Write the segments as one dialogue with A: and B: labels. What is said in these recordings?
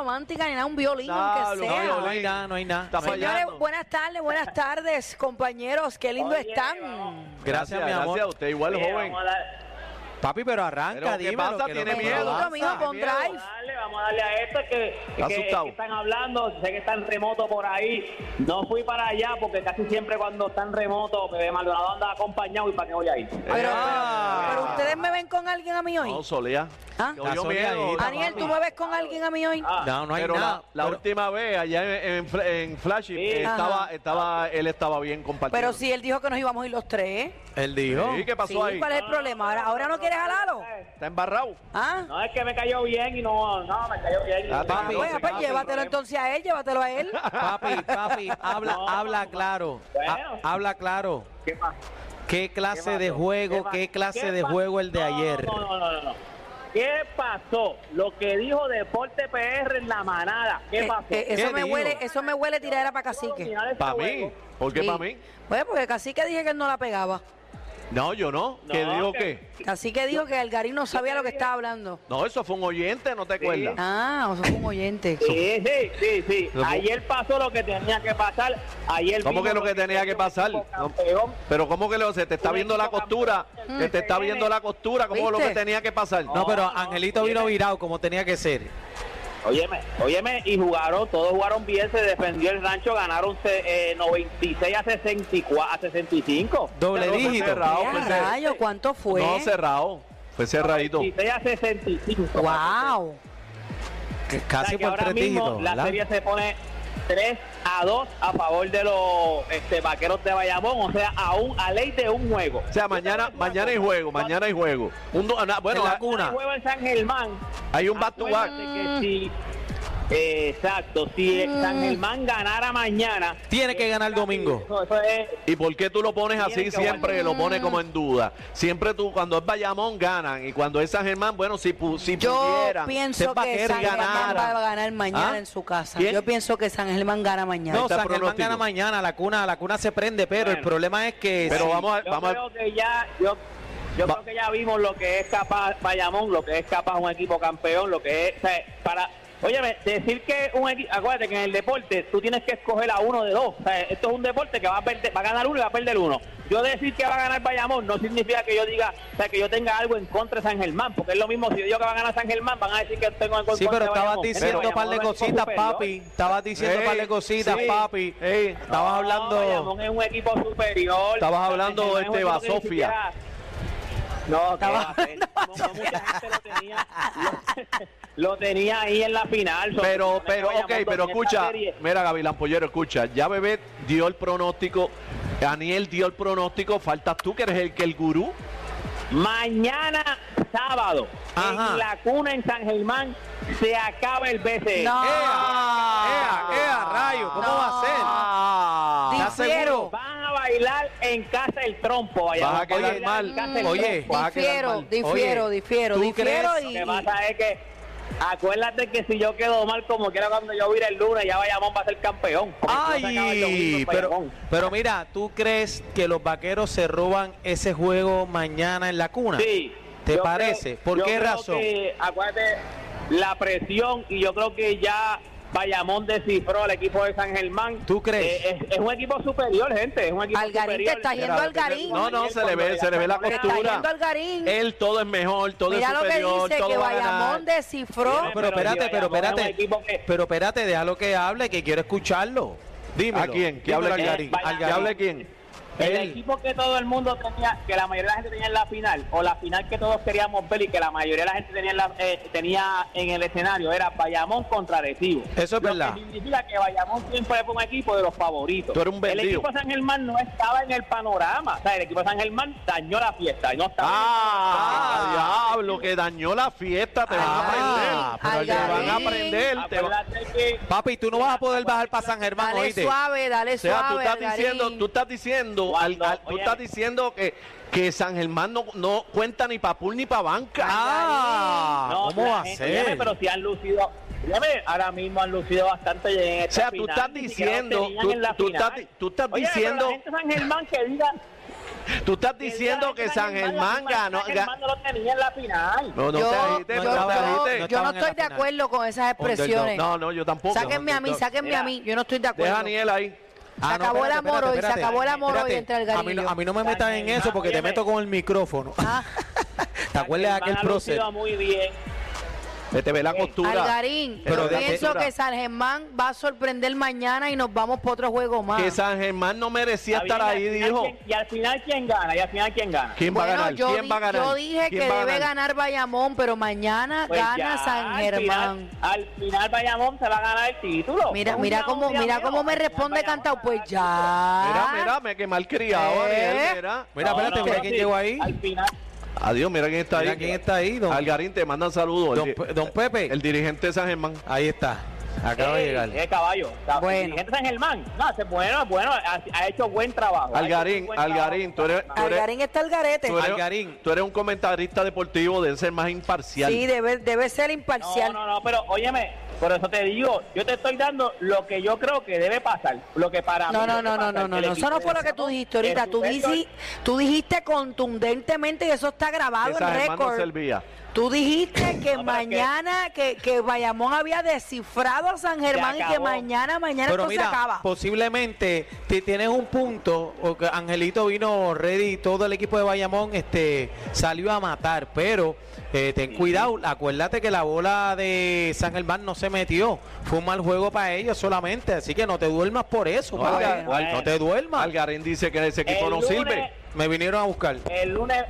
A: romántica ni nada, un violín,
B: Dale,
A: aunque
B: un
A: sea.
B: violín.
C: No, no hay nada, no hay nada.
B: Está
C: No hay nada.
A: Señores,
B: fallando.
A: buenas tardes, buenas tardes, compañeros, qué lindo
D: Oye,
A: están.
D: vamos.
C: Gracias, mi amor.
B: Gracias a usted, igual,
D: Oye,
B: joven.
D: Vamos a, dar-
C: Papi, pero arranca,
B: Pero, ¿qué
C: dime.
B: pasa? ¿Tiene miedo?
A: Bendito, mijo,
B: Basta,
A: pon
B: miedo.
A: drive.
D: vamos a darle, vamos a darle a esto que,
B: Está
D: que-
B: asustado.
D: que están hablando. Sé que están remoto por ahí. No fui para allá porque casi siempre cuando están remoto, bebé Maldonado anda acompañado y para qué voy ahí.
C: Eh,
A: Pero, pero-
B: Ah.
A: pero ustedes me ven con alguien a mí hoy.
B: No, Solea.
A: ¿Ah?
B: Yo- yo
C: Está
B: miedo.
C: soleadita,
A: Daniel, ¿tú me ves con alguien a mí hoy?
D: Ah,
C: No, no hay
B: pero
C: nada.
B: la, la
C: Pero-
B: última vez allá en, en Fla- en Flashy eh,
D: Ajá.
B: estaba, estaba, él estaba bien compartido.
A: Pero si él dijo que nos íbamos a ir los tres.
C: Él dijo.
B: ¿Y qué pasó
A: Sí,
B: ahí?
A: ¿Cuál es el problema? Ahora, ahora no quieres jalarlo.
B: Está embarrado.
A: ¿Ah?
D: No, es que me cayó bien y no, no, me cayó bien.
B: Ah,
A: Ah,
B: papi,
D: No,
A: pues,
D: no,
A: pues
D: no,
A: llévatelo
D: no,
A: entonces a él, llévatelo a él.
C: Papi, papi, habla,
D: No,
C: habla
D: no.
C: claro.
D: Bueno.
C: Ha- habla claro.
D: ¿Qué pasa?
C: ¿Qué clase
D: ¿Qué
C: de
D: pasó?
C: juego,
D: ¿Qué
C: qué
D: pa-
C: clase
D: qué
C: de
D: pa-
C: juego el de
D: No,
C: ayer?
D: No, no, no, no, no. ¿Qué pasó? Lo que dijo Deporte PR en la manada. ¿Qué
A: Eh,
D: pasó?
A: eh, eso
C: ¿Qué
A: me
C: dijo?
A: huele, eso me huele tiradera para cacique.
D: Dominar este
B: Para mí.
D: juego.
B: ¿Por qué
A: Sí.
B: para mí?
A: Pues porque cacique dije que él no la pegaba.
B: No, yo no. ¿Qué
D: No,
B: digo
D: que-
B: qué?
A: Cacique dijo que Algarín no sabía lo que estaba hablando.
B: No, eso fue un oyente, ¿no te acuerdas?
A: Ah, o sea, fue un oyente.
D: Sí, sí, sí, sí.
B: Lo-
D: Ayer pasó lo que tenía que pasar. Ayer
B: ¿Cómo
D: vino
B: que lo que tenía que
D: un
B: pasar?
D: equipo
B: No.
D: campeón.
B: Pero ¿cómo que lo, se te está
D: Un
B: viendo la
D: equipo
B: costura?
D: campeón
B: Se
D: del
B: te está
D: PN.
B: viendo la costura. ¿Cómo lo que
A: ¿Viste?
B: tenía que pasar?
C: No, pero
D: No, no,
C: Angelito vino
D: oye.
C: virado como tenía que ser.
D: Óyeme, óyeme, y jugaron, todos jugaron bien, se defendió el rancho, ganaron eh, 96 a 64, a 65.
C: Doble
B: No, fue
C: dígito.
B: cerrado,
A: Mira,
B: fue cer-
A: rayo, ¿cuánto fue?
B: Ah, pues, eh, No, cerrado. Fue cerradito.
D: 96 a 65.
A: wow.
C: Que
D: O sea,
C: Casi
D: que
C: por
D: ahora
C: tres
D: mismo
C: dígitos.
D: La
C: ¿verdad?
D: serie se pone 3 a 2 a favor de los este, vaqueros de Bayamón, o sea, a, un, a ley de un juego.
B: O sea, mañana, mañana hay juego, mañana hay juego. Un do- na- bueno,
C: En la
B: hay-
C: cuna.
D: Hay juego en San Germán.
B: hay un back to back.
D: Acuérdate que si- eh, exacto, si San Germán ganara mañana.
C: Tiene que
D: eh,
C: ganar domingo.
D: Eso, eso es.
B: ¿Y por qué tú lo pones así
D: Tienen que
B: siempre? Lo pones como en duda. Siempre tú, cuando es Bayamón, ganan. Y cuando es San Germán, bueno, si, pu- si
A: Yo
B: pudieran.
A: pienso
C: sepa
A: que
C: que
A: San Germán
B: ganara.
A: va a ganar mañana
B: ¿Ah?
A: en su casa.
B: ¿Quién?
A: Yo pienso que San Germán gana mañana.
C: No,
B: está
C: San
B: el
C: Germán
B: pronóstico.
C: gana mañana, la cuna, la cuna se prende, pero el
D: Bueno.
C: problema es que
B: Pero
C: si-
B: vamos a,
D: Yo
B: vamos a-
D: creo que ya. Yo, yo
B: Va-
D: creo que ya vimos lo que es capaz Bayamón, lo que es capaz un equipo campeón, lo que es. o sea, para. Óyeme, decir que un equipo. Acuérdate que en el deporte tú tienes que escoger a uno de dos. O sea, esto es un deporte que va a, perder- va a ganar uno y va a perder uno. Yo decir que va a ganar Bayamón no significa que yo diga. O sea, que yo tenga algo en contra de San Germán, porque es lo mismo. Si yo digo que va a ganar San Germán, van a decir que tengo algo en
C: Sí,
D: contra
C: pero
D: de
C: estabas
D: Bayamón.
C: diciendo
D: Pero
C: un par de
D: Bayamón es un
C: cositas,
D: superior.
C: papi. Estabas diciendo un par de
B: Ey,
C: cositas,
B: sí, Eh,
C: papi.
B: ey.
C: Estabas
D: No,
C: hablando.
D: Bayamón es un equipo superior.
B: Estabas hablando,
D: Bayamón es un
B: este,
D: equipo que ni
B: Basofia.
D: siquiera- No, ¿qué
A: Estabas
D: va a hacer? Como mucha gente lo tenía, lo, lo tenía ahí en la final. so-
B: Pero, pero,
D: Bayamón
B: ok, pero
D: domina esta
B: escucha.
D: serie.
B: Mira, Gavilán Pollero, escucha. Ya Bebé dio el pronóstico. Daniel dio el pronóstico. Faltas tú, que eres el que el gurú.
D: Mañana sábado,
C: Ajá.
D: en la cuna en San Germán, se acaba el E. BCE.
A: No.
C: ¡Ea! ¡Ea! ¡Ea! ¡Rayo! ¿Cómo
A: No.
C: va a ser?
B: Ah,
C: ¿Estás seguro?
A: Difiero,
D: Van a bailar en casa el trompo. Bayamón.
B: Vas a quedar
D: Bailar en
B: mal.
D: casa el
C: Oye,
D: trompo.
C: va a quedar
A: difiero,
C: mal.
A: difiero,
C: Oye,
A: difiero,
C: ¿tú
A: difiero
C: crees?
A: y...
D: Lo que pasa es que acuérdate que si yo quedo mal como quiera cuando yo vire el lunes, ya Bayamón va a ser campeón. Porque no se acaba el domingo
C: ¡Ay!
D: en
C: Pero,
D: Bayamón.
C: pero mira, ¿tú crees que los vaqueros se roban ese juego mañana en la cuna?
D: Sí.
C: ¿Te
D: Yo
C: parece?
D: creo-
C: ¿Por
D: yo
C: qué
D: creo
C: razón?
D: que, acuérdate la presión y yo creo que ya Bayamón descifró al equipo de San Germán.
C: ¿Tú crees?
D: Eh, es, es un equipo superior, gente. Es un equipo
A: Algarín, te
D: superior.
A: estás yendo
D: Mira,
A: Algarín.
B: No, no, se le ve,
D: cuando
B: se le ve la
D: Bayamón
A: Te está
B: costura.
A: yendo Algarín.
B: Él todo es mejor, todo
A: Mira
B: es
A: lo que
B: superior,
A: dice,
B: todo
A: que
B: va a ganar.
A: Bayamón descifró.
C: Pero, pero espérate, pero
D: Bayamón es un
C: espérate.
D: equipo que-
C: Pero espérate, déjalo que hable, que quiero escucharlo. Dime.
B: ¿A quién? ¿Que hable
D: Dímelo,
B: quién?
D: Algarín.
B: ¿Que hable quién?
D: El
B: Él.
D: equipo que todo el mundo tenía, que la mayoría de la gente tenía en la final, o la final que todos queríamos ver y que la mayoría de la gente tenía en, la- eh, tenía en el escenario, era Bayamón contra Arecibo.
C: Eso es
D: Lo
C: verdad.
D: que significa que Bayamón siempre fue un equipo de los favoritos.
B: Tú eres un
D: el
B: vendido.
D: equipo de San Germán no estaba en el panorama. O sea, el equipo de San Germán dañó la fiesta. No estaba
B: Ah, diablo, que dañó la fiesta, te van a
C: Ah,
B: aprender.
C: pero
B: Te van a
A: Algarín.
B: aprender.
D: en el
B: Te va-
D: panorama. Acuérdate que
C: Papi, tú no vas a poder bajar para San Germán,
A: Dale
C: oíste.
A: suave, dale
B: O sea, tú
A: suave,
B: estás
A: Algarín.
B: diciendo, tú estás diciendo, al-
D: Cuando-
B: al- tú
D: oye.
B: estás diciendo que, que San Germán no, no cuenta ni para pool ni para banca.
C: Ah,
D: No,
C: ¿cómo
D: la
C: va a
D: gente- óyeme,
C: ser?
D: pero si han lucido. óyeme, ahora mismo han lucido bastante bien en
B: O
D: esta
B: sea, tú
D: final,
B: estás
D: ni siquiera los
B: diciendo,
D: tenían
B: tú,
D: en la
B: tú estás,
D: final.
B: tú estás
D: Oye, pero
B: diciendo,
D: la gente de San Germán que diga
B: Tú estás diciendo que San Germán ganó.
D: San Germán
B: ga-
D: no lo tenía en la final.
B: No, no
A: yo,
B: te agite,
A: yo-
C: no
B: no te
C: estaba-
A: yo-
B: agites.
A: yo
C: no
A: no
C: estaban en la
A: estoy de
C: final.
A: acuerdo con esas expresiones.
B: No, no, yo tampoco.
A: Sáquenme a mí, sáquenme a mí. Yo no estoy de
B: Deja
A: acuerdo.
B: a Aniel ahí.
A: Se acabó el amor hoy, se acabó el amor hoy entre el
C: A mí, no,
A: Garillo.
C: a mí no me metas en eso porque te
D: Óyeme.
C: meto con el micrófono.
A: Ah,
C: ¿Te acuerdas de
D: San Germán
C: aquel
D: ha
C: proceso?
D: lucido muy bien.
B: Que te ve la costura.
A: Algarín,
B: Pero
A: yo
B: de-
A: pienso
B: de-
A: que San Germán va a sorprender mañana y nos vamos por otro juego más.
B: Que San Germán no merecía
D: Está
B: estar ahí,
D: bien, y al
B: dijo.
D: final, ¿quién- Y al final, ¿quién gana? Y al final, ¿quién gana?
B: ¿Quién va a
A: Bueno,
B: ganar?
A: Yo,
B: ¿Quién
A: di-
B: va a ganar?
A: yo dije que
B: ¿Quién va a
A: debe
B: ganar?
A: ganar Bayamón, pero mañana
D: Pues
A: gana
D: ya,
A: San
D: al
A: Germán.
D: final- Al final, Bayamón se va a ganar el título. Pues
A: Mira,
D: Un
A: mira
D: día,
A: cómo,
D: un día
A: mira
D: menos.
A: cómo me
D: Al final,
A: responde
D: Bayamón
A: Cantao.
D: va a
A: Pues
D: ganar el título.
B: Mira, mira,
A: ya.
B: me que malcriado,
A: Eh.
B: Ariel, mira.
C: Mira,
D: No,
C: espérate, mira
D: no, pero
C: quién
D: sí,
C: llegó ahí.
D: Al final,
B: Adiós, mira quién está
C: Mira
B: ahí.
C: quién está ahí, don-
B: Algarín, te mandan saludos.
C: Don,
B: el,
C: Pe-
B: di-
C: don Pepe.
B: el dirigente de San Germán.
C: Ahí está. Acaba de
D: eh,
C: llegar.
D: eh, caballo. O sea,
A: Bueno.
D: el dirigente San Germán. No, ese es bueno, es bueno. Ha, ha hecho buen trabajo.
B: Algarín, Algarín, tú eres, tú eres-
E: Algarín está al garete.
B: tú eres-
C: Algarín.
B: tú eres un comentarista deportivo, debe ser más imparcial.
E: Sí, debe, debe ser
D: No,
E: imparcial.
D: no, no, pero óyeme, por eso te digo, yo te estoy dando lo que yo creo que debe pasar, lo que para
A: No,
D: mí
A: no,
D: debe
A: no, no,
D: pasar,
A: no,
D: que
A: no,
D: el
A: no. Eso
D: equipo
A: no
D: de
A: fue lo que
D: Bayamón,
A: tú dijiste ahorita.
D: el
A: Tú
D: sujeto-
A: dijiste, tú dijiste contundentemente y eso está
B: Que
A: grabado en
B: San Germán no
A: récord.
B: servía.
A: Tú dijiste que
D: No, pero es que-
A: mañana, que, que Bayamón había descifrado a San Germán y que
D: acabó.
A: mañana, mañana
C: Pero
A: esto se
C: mira,
A: acaba.
C: posiblemente ti- tienes un punto, porque Angelito vino ready, todo el equipo de Bayamón este, salió a matar, pero eh, ten cuidado, acuérdate que la bola de San Germán no se metió, fue un mal juego para ellos solamente, así que no te duermas por eso,
B: No,
C: Pablo,
B: Algarín,
D: bueno.
C: no te duermas,
B: Algarín dice que ese equipo
D: El
B: no
D: lunes-
B: sirve.
C: me vinieron a buscar.
D: El lunes,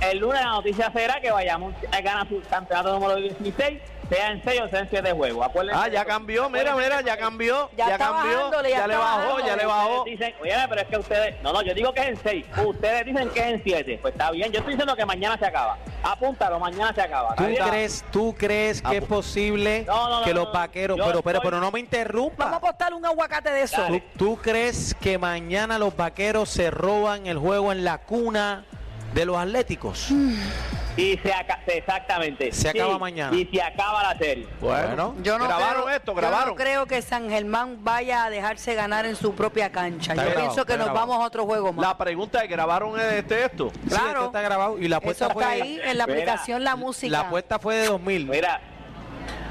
D: el lunes la noticia será que Bayamón eh, gana su campeonato número 16, sea en 6 o sea en 7 juegos. Acuérdense
B: Ah,
D: de
B: ya
D: eso.
B: cambió, mira,
D: Acuérdense
B: mira,
D: de
B: ya
D: eso.
B: cambió,
A: Ya
B: ya
A: está
B: cambió,
A: bajándole, ya
B: ya le
A: está
B: bajó, ya
A: bajándole.
B: le bajó.
D: Ustedes dicen, oye, pero es que ustedes, no, no, yo digo que es en 6, ustedes dicen que es en 7, pues está bien, yo estoy diciendo que mañana se acaba, apúntalo, mañana se acaba.
C: ¿Tú
D: Mira,
C: crees, ¿Tú crees que
B: Ah,
C: es
B: bu-
C: posible
D: pues. No, no, no,
C: que
D: no,
C: los
D: no,
C: vaqueros,
D: yo
C: pero, pero,
D: estoy-
C: pero no me interrumpa?
E: Vamos a apostar un aguacate de eso.
D: Dale.
C: ¿Tú, tú crees que mañana los vaqueros se roban el juego en la cuna de los atléticos?
D: Y se acaba, exactamente.
C: Se acaba mañana.
D: Y se acaba la serie.
B: Bueno,
A: Yo no
B: grabaron
A: creo,
B: esto,
A: yo no
B: grabaron.
A: creo que San Germán vaya a dejarse ganar en su propia cancha.
C: Está
A: yo
C: grabado,
A: pienso que
C: está
A: nos
C: grabado.
A: vamos a otro juego más.
B: La pregunta es, ¿grabaron este esto?
C: Sí,
A: Claro.
C: esto está grabado y
A: Eso
C: la apuesta
A: está
C: fue
A: ahí en la
D: Espera,
A: aplicación La Música.
C: la apuesta fue de 2000.
D: Mira,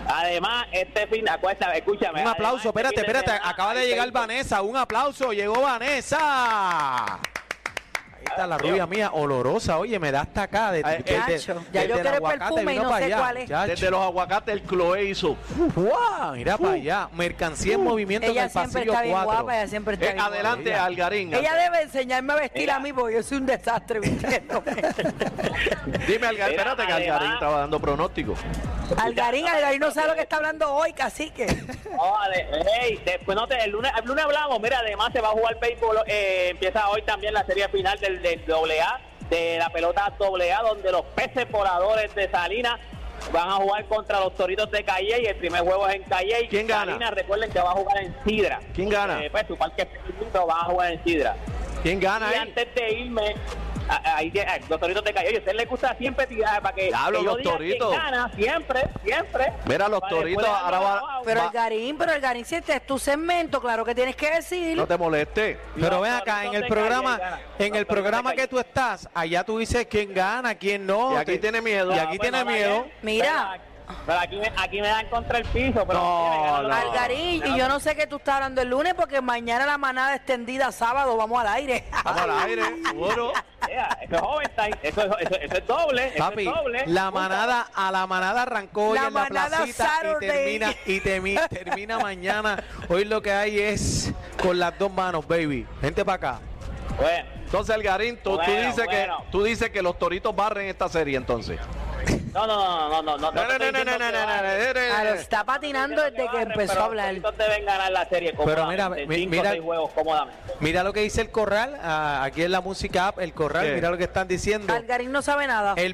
D: además, este fin, acuérdame, escúchame.
C: Un aplauso,
D: además,
C: espérate,
D: este fin
C: espérate,
D: semana
C: acaba de
D: hay
C: llegar
D: béisbol.
C: Vanessa, un aplauso, llegó Vanessa. Ahí está la rubia mía, olorosa, oye, me da hasta acá. de-
B: Ay,
C: de- de-
A: Chacho, ya
C: desde
A: yo quiero el
C: aguacate
A: perfume y
C: vino
A: no
C: para
A: sé
C: allá,
A: cuál es.
C: chacho.
B: Desde los aguacates el Chloe hizo.
C: Guau, Mira para allá, mercancía en movimiento en
A: Uh, ella
C: el
A: siempre
C: pasillo
A: está bien
C: 4.
A: guapa, ella siempre está
B: Eh,
A: bien guapa.
B: adelante,
C: ella.
B: Algarín.
A: Ella debe enseñarme a vestir
D: Mira.
A: a mí porque yo soy un desastre vistiéndome.
B: Dime, Algarín,
D: Mira,
B: espérate que
D: además-
B: Algarín estaba dando pronóstico.
E: Algarín, Algarín no sabe lo que está hablando hoy, cacique.
D: Órale, ey, Oh, después no te, el lunes, el lunes hablamos, mira, además se va a jugar béisbol, eh, empieza hoy también la serie final del, del AA, de la pelota AA, donde los peces voladores de Salinas van a jugar contra los toritos de Calle y el primer juego es en Calle. y
B: ¿Quién gana?
D: Salinas, recuerden que va a jugar en Sidra.
B: ¿Quién gana?
D: Eh, pues su parque es pequeñito, van a jugar en Sidra.
B: ¿Quién gana
D: Y
B: ahí?
D: antes de irme, a- ahí, a- los toritos de Calle, a usted le gusta siempre tirar para que,
B: Diablo,
D: que yo
B: los
D: diga quién
B: Toritos.
D: gana, siempre, siempre.
B: Mira, los
D: Para
B: Toritos
D: después
B: ahora
D: darle
B: va-
A: Pero
B: Va-
A: Algarín, pero Algarín, si este es tu segmento, claro que tienes que decir.
B: No te moleste.
C: Pero
D: No,
C: ven
D: no,
C: acá,
D: no
C: en
D: te
C: el
D: calles,
C: programa,
D: gana.
C: en
D: No,
C: el
D: no te
C: programa que
D: calles.
C: tú estás, allá tú dices quién gana, quién no.
B: Y aquí
C: te-
B: tiene miedo.
C: Y aquí
D: No,
C: tiene
D: bueno,
C: miedo.
D: Daniel,
A: Mira.
D: Pero, pero aquí, me, aquí me dan contra el piso. Pero
B: No,
D: mira, me ganan los-
B: no.
A: Algarín, y yo no sé qué tú estás hablando el lunes porque mañana la manada extendida sábado, vamos al aire.
B: Vamos al aire, seguro.
D: Mira, Eso es overtime, eso, es- eso- eso es doble. eso
C: Papi,
D: es doble.
C: la
D: Punta.
C: manada, a la manada arrancó hoy
A: La
C: en la
A: manada
C: placita y
A: Saturday.
C: termina, y temi- termina mañana. Hoy lo que hay es con las dos manos, baby. Gente para acá.
D: Bueno,
B: Entonces, Algarín, tú, tú
D: Bueno,
B: dices
D: bueno.
B: que, tú dices que los Toritos barren esta serie, entonces.
D: no, no, no, no,
B: No, no,
D: no, no.
B: no, no, no, no, no, no, no, no,
A: Claro,
B: no.
A: está patinando desde que empezó a hablar.
D: Entonces deben ganar la serie
C: Pero mira,
D: cómodamente,
C: mi-
D: cinco,
C: mira-
D: seis juegos cómodamente.
C: Mira lo que dice el corral, ah, aquí en la música app, el corral,
B: ¿Qué?
C: mira lo que están diciendo.
A: Algarín no sabe nada.
C: El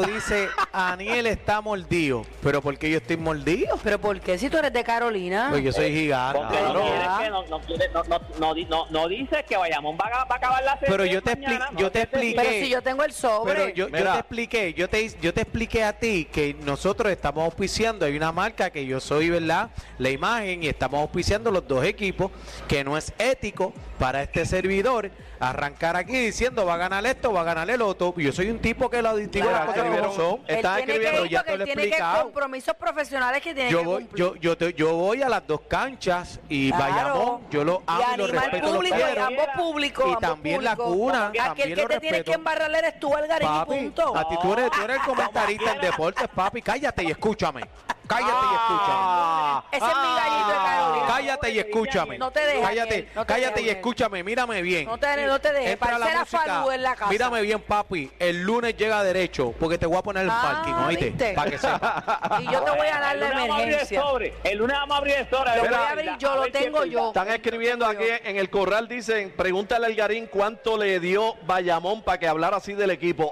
C: dice, Aniel está mordido. ¿Pero por qué yo estoy mordido?
A: Pero ¿por qué si tú eres de Carolina?
C: Pues yo soy gigante.
D: Porque
C: claro.
D: no quieres que no, no, quieres- no, no, no, di- no, no dices que Bayamón va a, va a acabar la serie.
C: Pero yo te expli-
D: mañana,
C: yo te
D: sé si-
C: expliqué.
A: Pero si yo tengo el sobre.
C: Pero yo, yo
B: Mira.
C: te expliqué, yo te, yo te explique a ti que nosotros estamos auspiciando, hay una marca que yo soy, ¿verdad? La imagen y estamos auspiciando los dos equipos, que no es ético para este servidor arrancar aquí diciendo va a ganar esto, va a ganar el otro. Yo soy un tipo que lo digo
A: Claro,
C: las cosas como
B: escribieron-
C: son.
A: Él
B: Estás
A: tiene
B: escribiendo,
A: que ir
C: ya
A: porque
C: te lo he
A: tiene que
C: explicado.
A: compromisos profesionales que tiene
C: Yo
A: que
C: voy,
A: cumplir.
C: yo, yo, te- yo voy a las dos canchas y
A: Claro.
C: Bayamón, yo lo amo y, lo
A: anima al
C: respeto, lo
A: público y
C: quiero.
A: ambos públicos.
C: Y
A: ambos
C: también la
A: públicos.
C: cuna,
A: Aquel
C: también
A: que
C: lo
A: te tienes
C: respeto.
A: que embarrarle eres tú, Algarín, y
C: Papi,
A: punto.
C: a ti tú eres, tú eres el comentarista en deportes, papi. Cállate y escúchame. Cállate y escúchame.
B: Ah,
A: ese es mi gallito de Carolina.
C: Cállate y escúchame.
A: No te dejes,
C: Cállate,
A: Miguel, no te
C: cállate
A: dejes,
C: y
A: Miguel.
C: escúchame. Mírame bien.
A: No te, no te dejes,
C: Entra
A: parcela
C: música.
A: Falú en la casa.
C: Mírame bien, papi. El lunes llega derecho porque te voy a poner el
A: Ah,
C: parking, ¿oíste?
A: ¿viste?
C: Para que sepas.
A: Y yo
D: ah,
A: te voy a dar la
D: El lunes vamos abrir el
A: emergencia.
D: sobre, El lunes vamos a abrir el sobre.
A: Lo
D: ver
A: voy
D: la
A: a abrir
D: verdad,
A: yo,
D: a
A: lo
D: ver si es
A: tengo
D: verdad.
A: yo.
B: Están escribiendo aquí en el corral, dicen, pregúntale al Garín cuánto le dio Bayamón para que hablara así del equipo.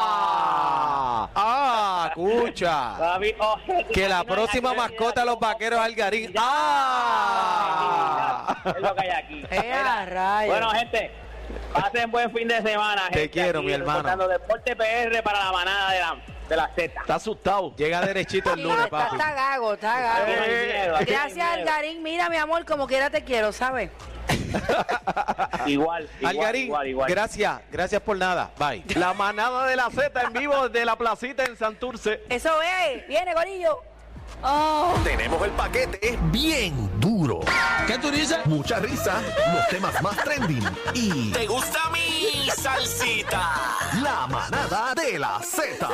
B: ¡Ah!
C: Ah, escucha.
D: Papi, oh,
C: Que la
D: aquí no hay-
C: próxima
D: aquí no hay
C: mascota de los vaqueros es Algarín.
D: Ah,
C: ¡Ah!
D: Es lo que hay aquí.
A: Eh, a rayos.
D: Bueno, gente, pasen buen fin de semana.
C: Te
D: gente,
C: quiero, mi hermano.
D: reportando Deporte PR para la manada de la, de la Z.
B: Está asustado.
C: Llega derechito el
A: Sí,
C: lunes,
A: está,
C: papi.
A: está gago, está gago.
D: Aquí no hay miedo, aquí no hay
A: Gracias,
D: miedo.
A: Algarín. Mira, mi amor, como quiera te quiero, ¿sabes?
D: Igual, igual,
C: Algarín,
D: igual, igual.
C: gracias. Gracias por nada. Bye.
B: La manada de la Z en vivo desde la placita en Santurce.
A: Eso es. Viene, gorillo.
F: Tenemos el paquete bien duro.
G: ¿Qué tú dices?
F: Mucha risa, los temas más trending y
G: ¿Te gusta mi salsita?
F: la manada de la Z.